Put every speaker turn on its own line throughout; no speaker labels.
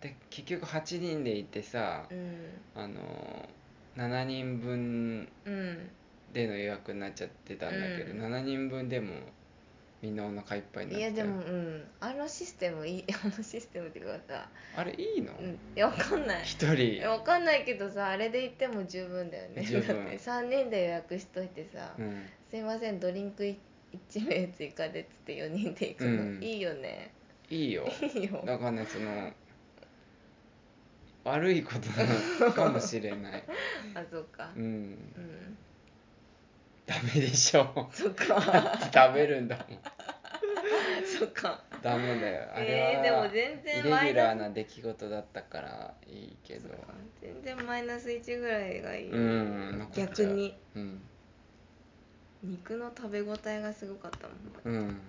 で結局8人でいてさ
うん
あの7人分
うん
での予約になっちゃってたんだけど、
うん
7人分でもみんなお腹いっぱいになっ
い
ちゃう
やでもうんあのシステムいいあのシステムっていうかさ、
あれいいの、
うん、いやわかんない
一
い
人
やわかんないけどさあれで行っても十分だよね
十分
だって3人で予約しといてさ「
うん
すいませんドリンク1名追加で」っつって4人で行くの、
うん
いいよね
いい よ
いいよ
だからねその悪いことなのかもしれ ない
あそうか
う
うんん
ダメでしょ
そっか
食べるんだもん
そ っか
ダメだよあれは、
えー、でも全
イレ
然
ギ
マ
ュ
イ
ラ
ナ
ー
ス
な出来事だったからいいけど
そっか全然マイナス1ぐらいがいい、
うん残っちゃう
逆に
うん
肉の食べ応えがすごかったもん
うん、うん、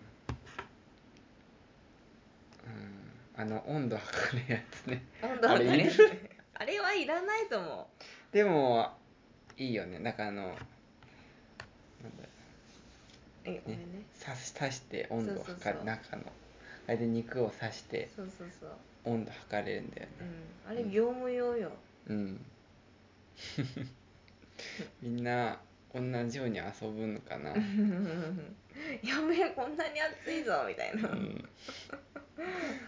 あの温度測るやつね
温度測
あれいる
れ あれはいらないと思
でもいいよねなんかあのなんだ
うえごめんね
刺し刺して温度を
そう
測る
そうそう
中のあれで肉を刺して
そうそうそう
温度測れるんだよ
う
ね
んあれ業務用よ
うんみんな同じように遊ぶのか な、う
やべえこんなに暑いぞみたいな、
ん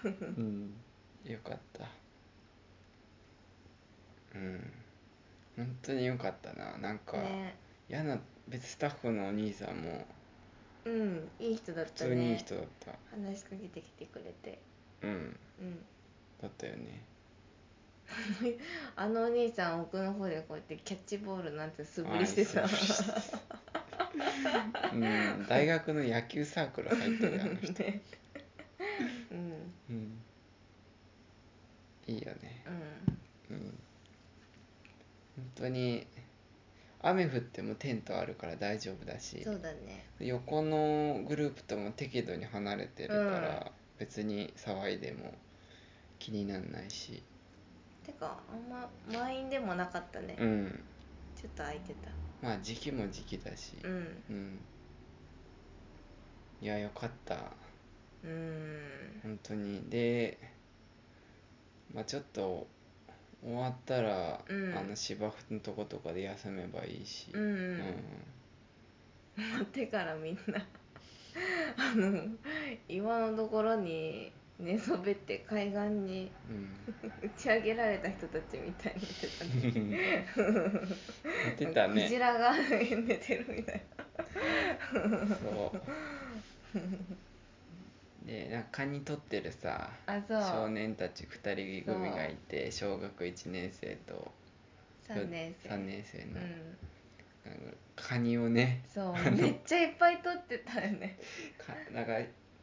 うん、よかったうん本当によかったななんか、
ね
嫌な別スタッフのお兄さんも
うんいい人だっ
普
たね
通にいい人だった、
話しかけてきてくれて
うん
うん
だったよね
あのお兄さん奥の方でこうやってキャッチボールなんて素振りしてさ
あ素振り うん、大学の野球サークル入ってるよあの 人、
ねうん
うん、いいよね
うん
うん本当に雨降ってもテントあるから大丈夫だし
そうだね
横のグループとも適度に離れてるから、別に騒いでも気になんないし、
てかあんま満員でもなかったね、
うん、
ちょっと空いてた
まあ時期も時期だし、
うん
うん、いやよかった
うーん
本当にで、まあ、ちょっと終わったら、
うん
あの芝生のとことかで休めばいいし、
うん、
う
待ってからみんなあの岩のところに寝そべって海岸に
うん
打ち上げられた人たちみたいに寝
寝
てたね
てた
クジ
ね
ラが寝てるみたい
そうでなんかカニ取ってるさ
なあそ
少
う
年たち2人組がいて小学1年生と
3年生
三年生
う
の、
ん
なんかカニをね
そうめっちゃいっぱい取ってたよね
かなんか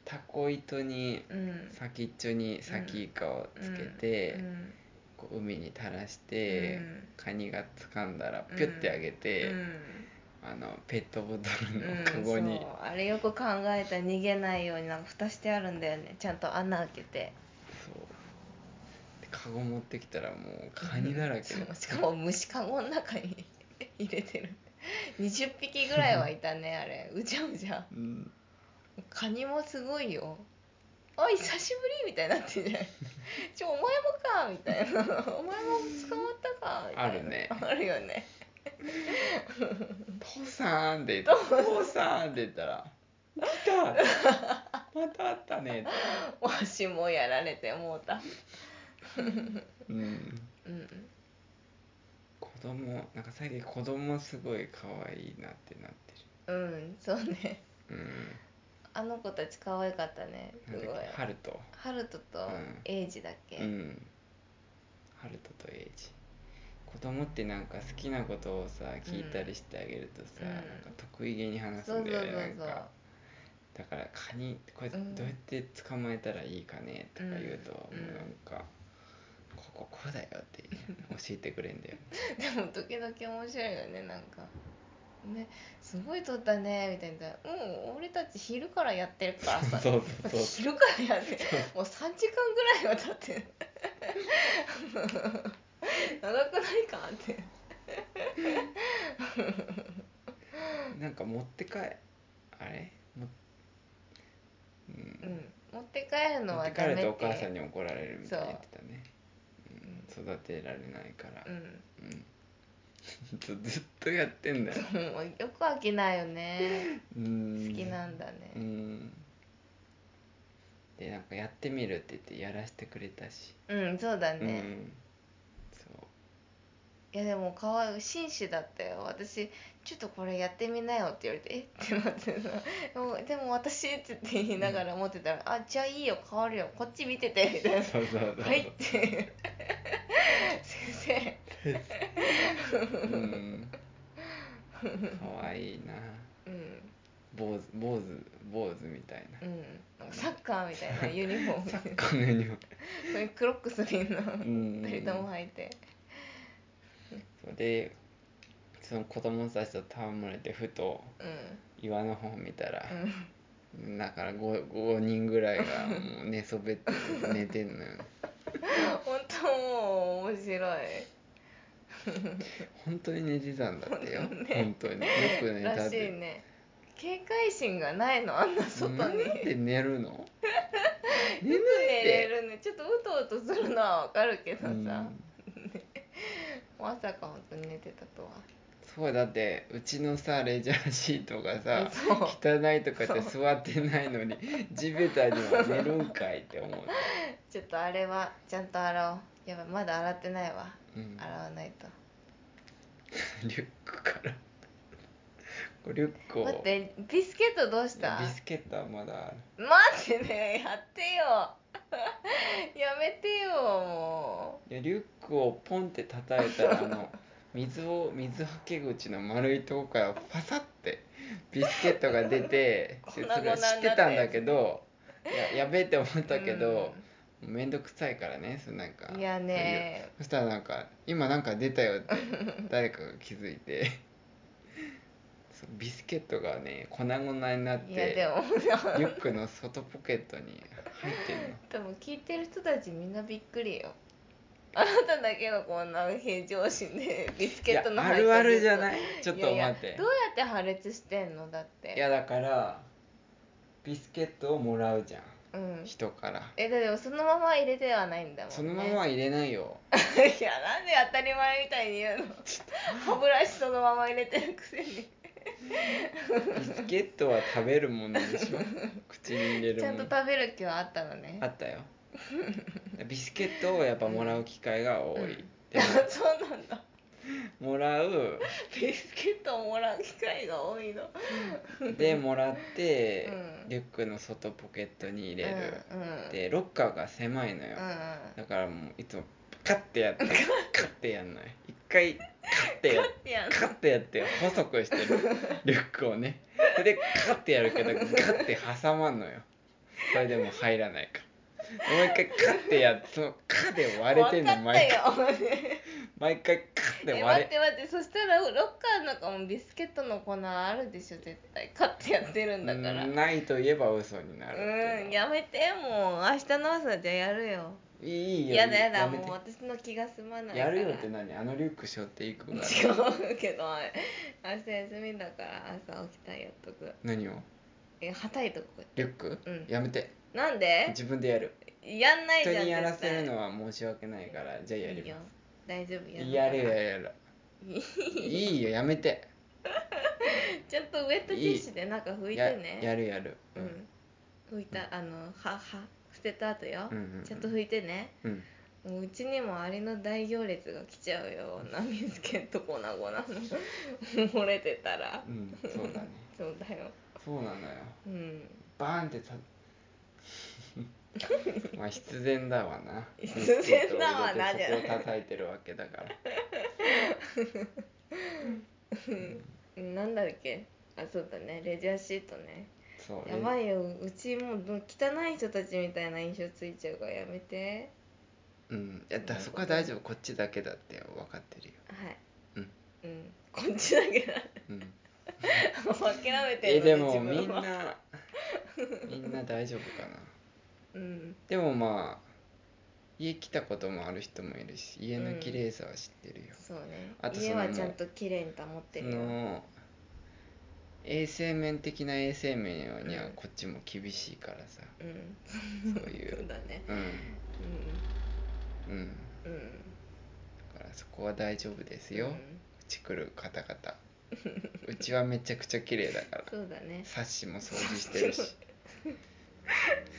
タコ糸に
うん
先っちょに先イカをつけて、
うん
こう海に垂らして、
うん
カニが掴んだらピュッてあげて、あのペットボトル
うん
のカゴに、
うん、そうあれよく考えたら逃げないようになんか蓋してあるんだよねちゃんと穴開けて
そうでカゴ持ってきたらもうカニだらけ
そ
だ
うしかも虫かごの中に入れてる20匹ぐらいはいたねあれうじゃうじゃ
うん
カニもすごいよあ久しぶりみたいになってんじゃないちょお前もかみたいなお前も捕まったかみたいな
あるね
あるよね
父さんって言った父さんって言ったら「来た!」またあったね」
わしもやられてもうた
うん
うん
子供なんか最近子供すごい可愛いなってなって
うんそうね
るうん
あの子たち可愛かったねす
な
ご
ん
い
だっけハルト
ハルトと
うん
エイジだっけ、
うんハルトとエイジ子供ってなんか好きなことをさ聞いたりしてあげるとさ、
うん
なんか得意げに話す
そうんそう
だ
そ
よ
う
ねなん
そう
かだからカニこれど
うん
うやって捕まえたらいいかねとか言うと、
うん
もうなんか、こここうだよって教えてくれんだよね
でも時々面白いよねなんか「ねすごい撮ったね」みたいな「うん俺たち昼からやってるから
そ
さ
う」そうそう
昼からやってもう3時間ぐらいは経ってる長くないかって
なんか持って帰あれもうん
うん持って帰るの
持っ
は
て
ダ
帰
メ
ると
って
お母さんに怒られるみたいに言ってたね育てられないから
う、ん
うん、ずずっとやってんだよ、
もうよく飽きないよね
うん、
好きなんだね、
うんでなんかやってみるって言ってやらせてくれたし、
うんそうだ
う
ね、
んそう
いやでもかわいい紳士だったよ私ちょっとこれやってみなよって言われてえって なってさもうでも私って言いながら持ってたら、あじゃあいいよ変わるよこっち見ててみたいな
そうそうそう
はいって先
うんかわいいな
生うん
坊主坊主坊主みたいな
うんなんかサッカーみたいなユニフォーム
サッカーのユニフォ
それクロックスみんな
ーム
2人とも履いて
そうでその子供たちと戯れてふと
うん
岩の方見たら、だから 5, 5人ぐらいがもう寝そべって寝てんのよ
本当もう面白い
本当に寝てたんだってよ、本当によく寝た
ら
っ
していね警戒心がないのあんな外によ
なん
く
で寝るの寝ない
寝
っ
れ
て
るねちょっとうとうとするのはわかるけど
う
さ、
ん
まさか本当に寝てたとは
そうだってうちのさレジャーシートがさ
そう
汚いとかって座ってないのに地べたには寝るんかいって思う、
ちょっとあれはちゃんと洗おうやばいまだ洗ってないわ
うん、
洗わないと
リュックからこうリュックを
待ってビスケットどうした
ビスケットはまだある
待ってねやってよ やめてよも
いやリュックをポンって叩いたらあ の水を水はけ口の丸いとこからパサってビスケットが出 て
粉
で
々
それは知ってたんだけどややべえって思っ
う
たけど、めんどくさいからねそのなんか
うんいやね
そういうそしたらなんか「今なんか出たよ」って 誰かが気づいてそうビスケットがね粉々になっ
いやで
て
も
リュックの外ポケットに入ってるの。
多分聞いてる人たちみんなびっくりよあなただけのこんな平常心でビスケットの
いやあるあるじゃ
い
ないちょっと待ってい
や
や
いやどうやって破裂してんのだって
だからビスケットをもらうじゃん
うん
人から
えだでもそのまま入れてはないんだもんね
そのまま
い
は入れないよ
やなんで当たり前みたい に言うの歯ブラシそのまま入れてるくせに
ビスケットは食べるもので しょ口に入れる
ちゃ
も
んと
の
食べる気はあったのね
あったよビスケットをやっぱもらう機会が多い、
うん
でも
そうなんだ
もらう
ビスケットをもらう機会が多いの
でもらって、
うん
リュックの外ポケットに入れる、
うんうん
でロッカーが狭いのよ、
うんうん
だからもういつもカッてやって カッてやんない一回カッてやっ
いや
カッてやって細く してるリュックをねそれでカッてやるけどガッて挟まんのよそれでもう入らないからもう一回カッてやってそのカで割れてんの
分かった
毎回
よ
毎回カッて割
え待っ
れ
て待ってそしたらロッカーの中もビスケットの粉あるでしょ絶対買ってやってるんだからうん
ないといえば嘘になるっていうの
やめてもう明日の朝じゃあやるよ
いいいいよ
やだやだ
め
も
て
う私の気が済まないから
やるよって何あのリュック背負っていくから
違うけど明日休みだから朝起きたらやっとく
何を
えはたいとこ
リュック、
うん
やめて
なんで
自分でやる
やんないじ
人
ゃん
にやら
絶
せ
対
るのは申し訳ないからじゃあや
いい
り
よ
ま
大丈夫
すやる
る
よやるよいいよやめて
ちゃんとウェットティッシュで中拭いてね
ややるやる
うん拭いたあのはは捨てた後よ、
うんうんうん
ちゃんと拭いてね
うん
もううちにもあれの大行列が来ちゃうよなみつけんと粉々の漏れてたら
うんそうだね
そうだよ
そうなのよ
うん
バーンって たまあ必然だわな
必然だわな
ビスケットを入れてそこを叩いてるわけだから
なんだっけあそうだねレジャーシートね
そう
やばいようちもう汚い人たちみたいな印象ついちゃうからやめて
うんいやだそこは大丈夫こっちだけだって分かってるよ
はい
うん
うんこっちだ けだ
うん
もう諦めて
え
んのね
でもみ
自
ん
分は
なみんな大丈夫かな
うん
でもまあ家来たこともある人もいるし家の綺麗さは知ってるよ、
そうね
あとその
家はちゃんと綺麗に保って
そ
るよ
の衛生面的な衛生面には
うん
こっちも厳しいからさ、
うん
そうい
そううだね
うん
う
うん
んうん
こは大丈夫ですよ、
う
うんち来る方々うちはめちゃくちゃ綺麗だから
そうだね
サッシも掃除してるし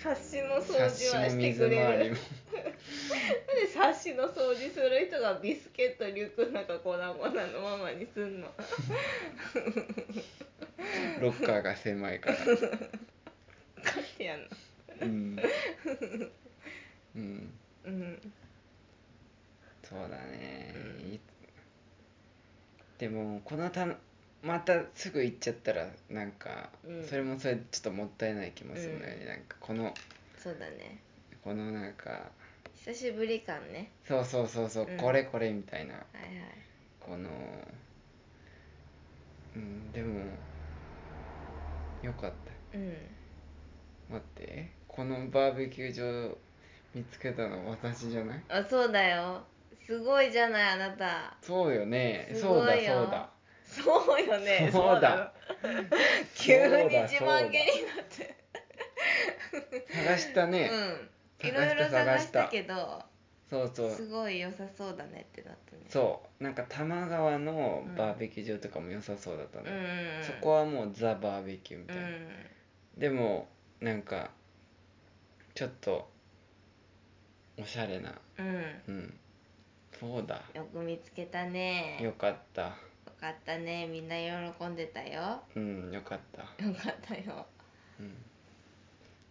冊子の掃
サッ
除
シ
は
も
して
水
くれ
回
る
りも
なんでサッシの掃除する人がビスケットリュックなんか粉々のままにすん の
ロッカーが狭いから
勝手やな
うん、 うん、
うん
そうだね、
うん
いでもこのたまたすぐ行っちゃったらなんか、
うん
それもそれちょっともったいない気もするのよね、なんかこの
そうだね
このなんか
久しぶり感ね
そうそうそうそう、
うん
これこれみたいな
はいはい
このうんでもよかった
うん
待ってこのバーベキュー場見つけたの私じゃない
あそうだよすごいじゃないあなた
そうよね
す
そう
ご
だ
いよ
そうだ
そうよね
そうだ
そうだ急に
そうだ
自慢げになって
探したね、
うんい
探
ろい
し
ろ
た
探
探
し
したた
けど
そうそう
すごい良さそうだねってなったね
そうなんか多摩川のバーベキュー場とかも良さそうだったの、
うんうんうん
そこはもうザ・バーベキューみ
う
たいな、
ん
でもなんかちょっとおしゃれな
うん
うんそうだ
よく見つけたね
よかった
よかったねみんな喜んでたよ
うんよかった、
よかったよ
うん、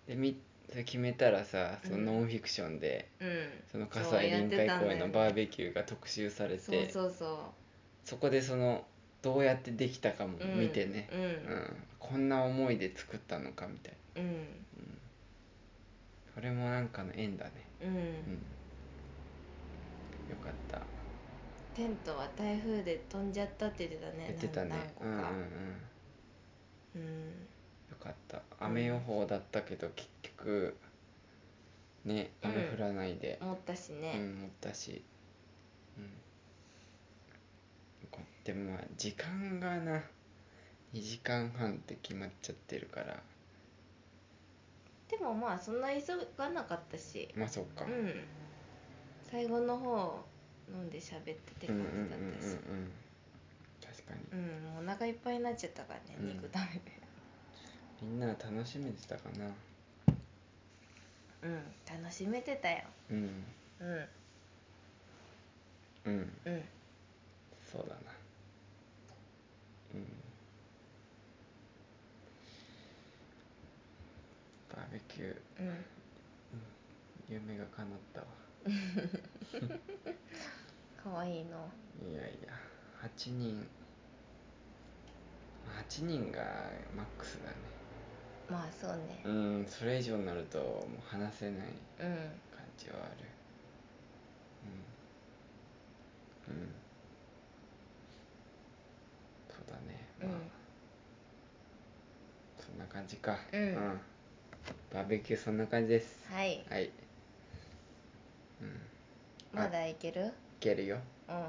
でみそれ決めたらさその
うん
ノンフィクションで、
うん
その葛西臨海公園のバーベキューが特集されて
そうそうそ
そこでそのどうやってできたかも
う、うん、
見てね、
うん
うん、こんな思いで作ったのかみたいな
うん
それもなんかの縁だね
うん、
うんよかった
テントは台風で飛んじゃったって言ってたね
やってたね
なん
うんうんうん
何
よ
個
か
かうん
った雨予報だったけど結局ね
うん
雨降らないで
思ったし
う
ね、
ん持ったしうんよかったでもまあ時間がな2時間半って決まっちゃってるから
でもまあそんな急がなかったし
まあそっか
うん最後の方飲んで喋ってて
うん
感
うんうん
じだったし
うんうん確かに
うん、もうお腹いっぱいになっちゃったからね、
うん
肉食べて
みんなは楽しめてたかな
うん楽しめてたよ
うん
うん
うん
うん
そうだなうんバーベキュー
うん
夢が叶ったわ
かわいいの
いやいや8人8人がマックスだね
まあそうね
うんそれ以上になるともう話せない
うん
感じはあるうんうんそうだね
う
ま
ん
あ、そんな感じか
うん
バーベキューそんな感じです
はい
はいうんい
まだいける
けるよ
うん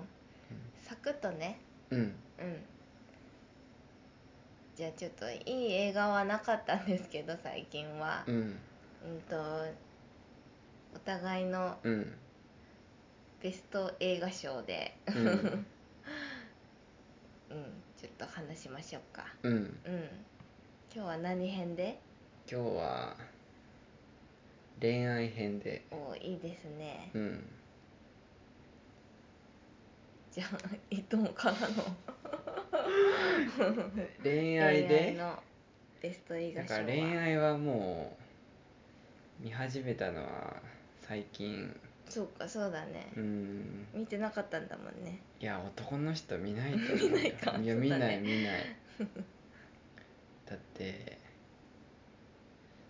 サクッとね
うん
うんじゃあちょっといい映画はなかったんですけど最近は
うん
うんとお互いの
うん
ベスト映画賞で
うん
うんちょっと話しましょうか
うん
うん今日は何編で
今日は恋愛編で
おいいですね
うん
じゃあいともからの
恋愛で
のベスト映
だ
画賞
か
は
ら恋愛はもう見始めたのは最近
そうかそうだね
うん
見てなかったんだもんね
いや男の人見ないと思うよ
見ないか
いや
そう
見
だ
な
ね
い見ない だって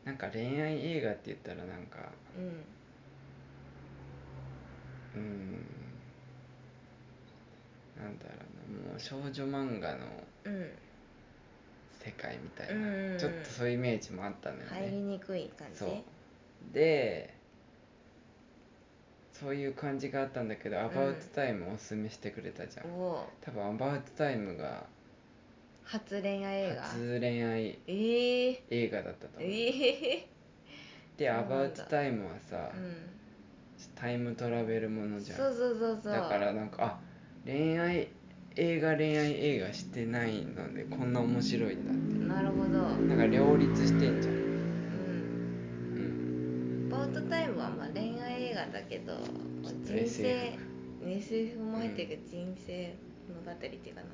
なんか恋愛映画って言ったらなんか
うん
うんなんだろうなもう少女漫画の
うん
世界みたい
うんうんう
なんちょっとそういうイメージもあったのよね
入りにくい感じ
そうでそういう感じがあったんだけど「アバウトタイム」おすすめしてくれたじゃん、
おお
多分「アバウトタイム」が
初恋愛映画
初恋愛
えー、
映画だったと思う、
え
で「
そうな
ア
んだ
バウトタイム」は
ー
さ、
うん
タイムトラベルものじゃん
そうそうそうそう
だからなんかあ恋愛映画恋愛映画してないのでこんな面白いんだって
なるほど
なんか両立してんじゃん、
うん
うん、
パートタイムはまあ恋愛映画だけど
ちょっと
人生
SF
ね SF も入ってるけど人生物語っていうかなんだ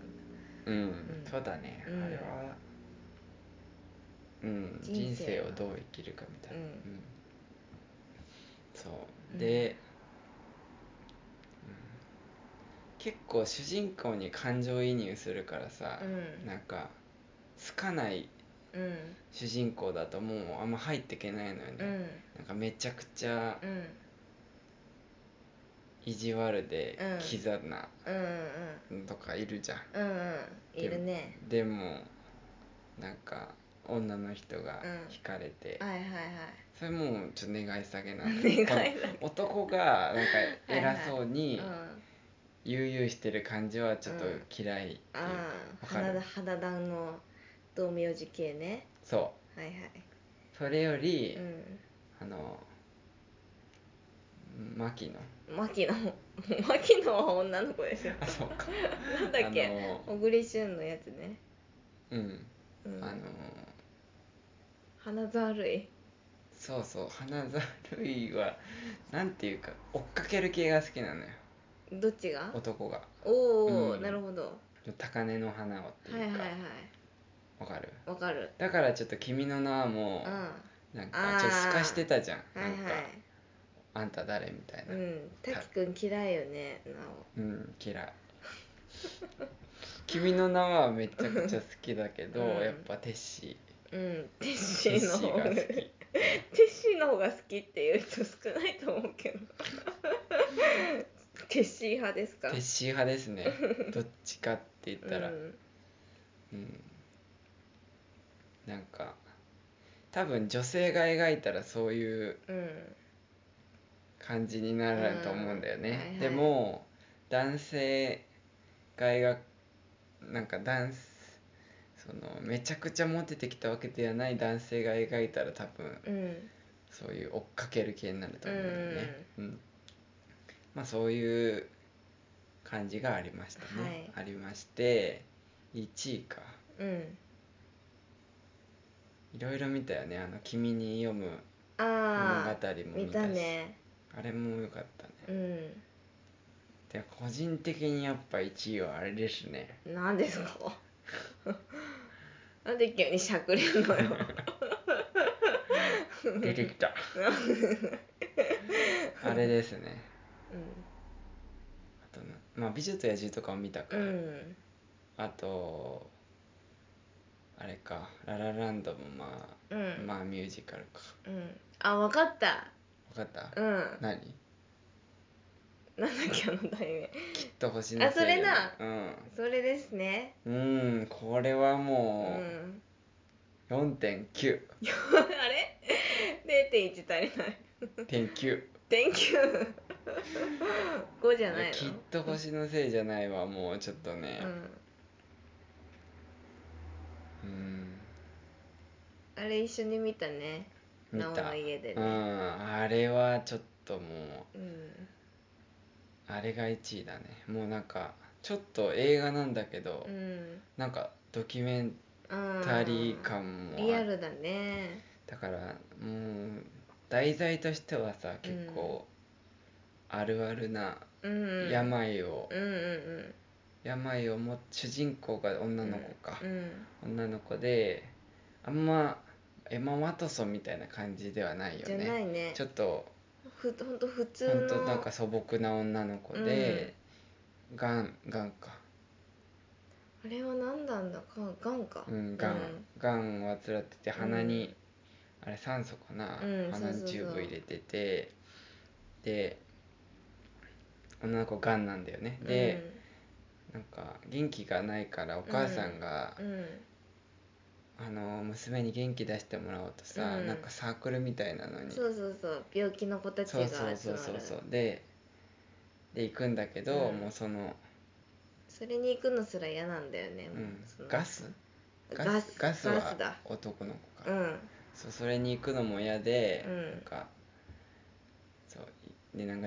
うん、
ん
そうだね、
うん
あれはうん
人
人
生
生
は
をどう生きるかみたいな、
うん
そううんで、うん結構主人公に感情移入するからさ、
うん
なんか好かない
うん
主人公だともうあんま入ってけないのよね、
うん
なんかめちゃくちゃ
うん
意地悪で
うん
キザな
うんうん
のとかいるじゃん、
うんうんいるね
でもなんか女の人が
うん
惹かれて、
はいはいはい
それもうちょっと願い下げなの
願い下げ
この男がなんか偉そう
うん
に
うん
悠々してる感じはちょっと嫌いっていうか、わか
花
る
だ花壇の道明寺系ね
そ
はいは
うそれよ
い
り
う、
あの牧野
ん牧野 牧野は女の子 でしょ
あそうか
なんだっ
あ
け
の
小栗旬のやつね
うん、
うん
あの
花沢類
そうそう花ざるいはなんていうか追っかける系が好きなのよ
どっちが
男が
おお、
うん
なるほど
高嶺の花をって
はい
い
は
う
い
か
は
わ、
い
かる
わかる
だからちょっと「君の名は」
う
も
んは
うなん
あ
か
ー
ちょっとすかしてたじゃん
い
な
は
んか「あんた誰?」みたい
い
な
うん滝くん嫌いよねな
うん嫌い「 君の名は」めちゃくちゃ好きだけど、
うん
やっぱテッシー
おうんテッシ
テッシ
ーの
ー
方
が
が
好き
テッシーの方が好きっていう人少ないと思う けどテッシー派ですか
テッシー派ですね どっちかって言ったら
う
うん、
ん、
なんか多分女性が描いたらそういう
うん
感じになると思うんだよね、
うんはいはい
でも男性が描くなんか男そのめちゃくちゃモテてきたわけではない男性が描いたら多分
うん
そういう追っかける系になると思うんだよね、うんまあそういう感じがありましたね、ありまして1位か
うん
いろいろ見たよねあの「君に読む物
ああ
語」も
見
見た
た
し
ね
あれも良かったね
うん
で個人的にやっぱ1位はあれですね
なんですか なんで急にしゃくれんのよ
出てき たあれですねあとな、まあ、美女と野獣とかを見たか
う
ら、
ん、うん、
あとあれか「ララランド」もま
う
あ、
ん、
まあミュージカルか
うん、あ、わかった。
分かった、
うん。なんだっ
何
け、あの題名。
きっと星の
あそれだ
せいよ
それですね。
うん、うん、これは
う
も
ん。
う4.9.9、
あれ。 零点一足りない。
9
Thank you。五じゃない
きっ
の。
と星のせいじゃないわもうちょっとね
うん。
うん
あれ一緒に見たね。
見
なお
た
の家で
う
ね。
んあれはちょっとも
うん。
うあれが1位だねもうなんかちょっと映画なんだけど、
うん。
なんかドキュメン
うん。
タリー感も
リ
あ
ア
る
ルだね。
だからもう題材としてはさ結構あるあるな
うん。。
病を、
うんうん
病をも主人公が
うん。
女の子か
う、ん。
女の子であんまエマ・ワトソンみたいな感じではないよ
じゃな
ね
いね
ち。ょっと
ふ、本当普通
ほ
の。
んとなんか素朴な女の子で、がんがんか
あれは何なんだか、がんか。
うんがん、がんを患ってて鼻に、あれ酸素かな、
うん
鼻に
そうそうそう
チューブ入れててで女の子がんなんだよね、
うん。
でなんか元気がないからお母さんが、
うん。
あの娘に元気出してもらおうとさ、
うん
なんかサークルみたいなのに
そうそうそう病気の子たち
そ
が
う
集
そう
まる
そうそうそうでで行くんだけど、
うん
もうその,、
それに行くのすら嫌なんだよね、
う
もうんその
ガス
ガス
ガス
ガスだ
は男の子か、
うん
そうそれに行くのも嫌で、
うん
なんかそういでなんか